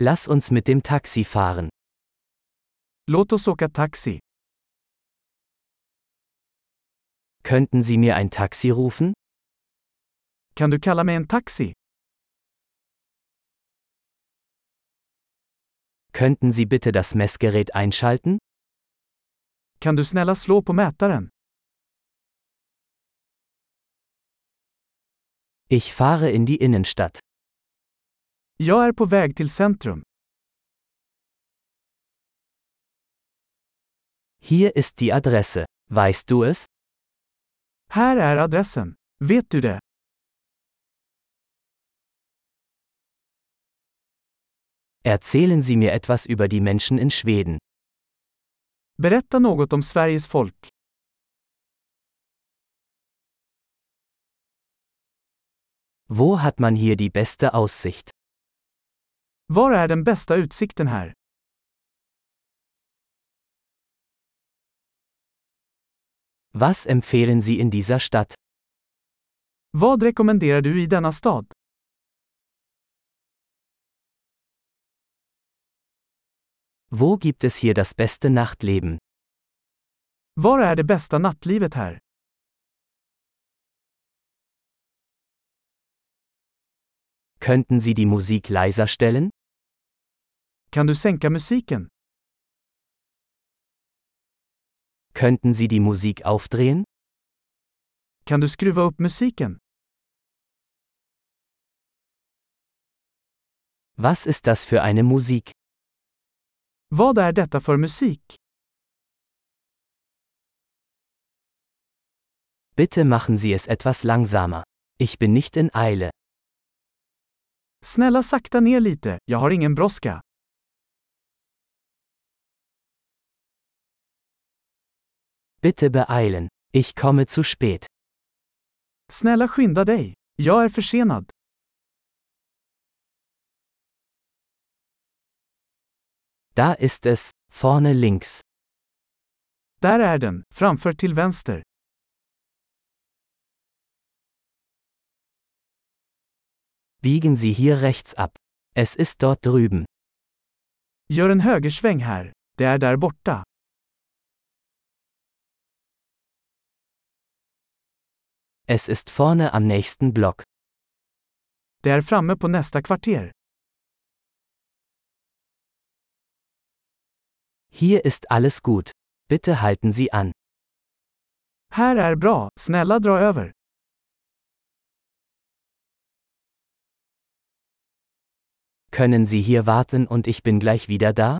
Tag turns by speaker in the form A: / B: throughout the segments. A: Lass uns mit dem Taxi fahren.
B: Låt oss åka taxi.
A: Könnten Sie mir ein Taxi rufen?
B: Kan du kalla mig en taxi?
A: Könnten Sie bitte das Messgerät einschalten?
B: Kan du snälla slå på mätaren?
A: Ich fahre in die Innenstadt.
B: Jag är på väg till centrum.
A: Hier ist die Adresse. Weißt du es?
B: Här är adressen. Vet du det?
A: Erzählen Sie mir etwas über die Menschen in Schweden.
B: Berätta något om Sveriges folk.
A: Wo hat man hier die beste Aussicht?
B: Var är den bästa utsikten här?
A: Was empfehlen Sie in dieser Stadt?
B: Vad rekommenderar du i denna stad?
A: Wo gibt es hier das beste Nachtleben?
B: Var är det bästa nattlivet här?
A: Könnten Sie die Musik leiser stellen?
B: Kan du sänka musiken?
A: Könnten Sie die Musik aufdrehen?
B: Kan du skruva upp musiken?
A: Was ist das für eine Musik?
B: Vad är detta för musik?
A: Bitte machen Sie es etwas langsamer. Ich bin nicht in Eile.
B: Snälla sakta ner lite, jag har ingen brådska.
A: Bitte beeilen. Ich komme zu spät.
B: Snälla skynda dig, jag är försenad.
A: Da ist es, vorne links.
B: Där är den, framför till vänster.
A: Biegen Sie hier rechts ab. Es ist dort drüben.
B: Gör en högersväng här. Det är där borta.
A: Es ist vorne am nächsten Block.
B: Det är framme på nästa kvarter.
A: Hier ist alles gut. Bitte halten Sie an.
B: Här är bra, snälla dra över.
A: Können Sie hier warten und ich bin gleich wieder da?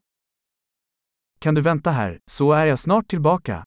B: Kan du vänta här, så är jag snart tillbaka.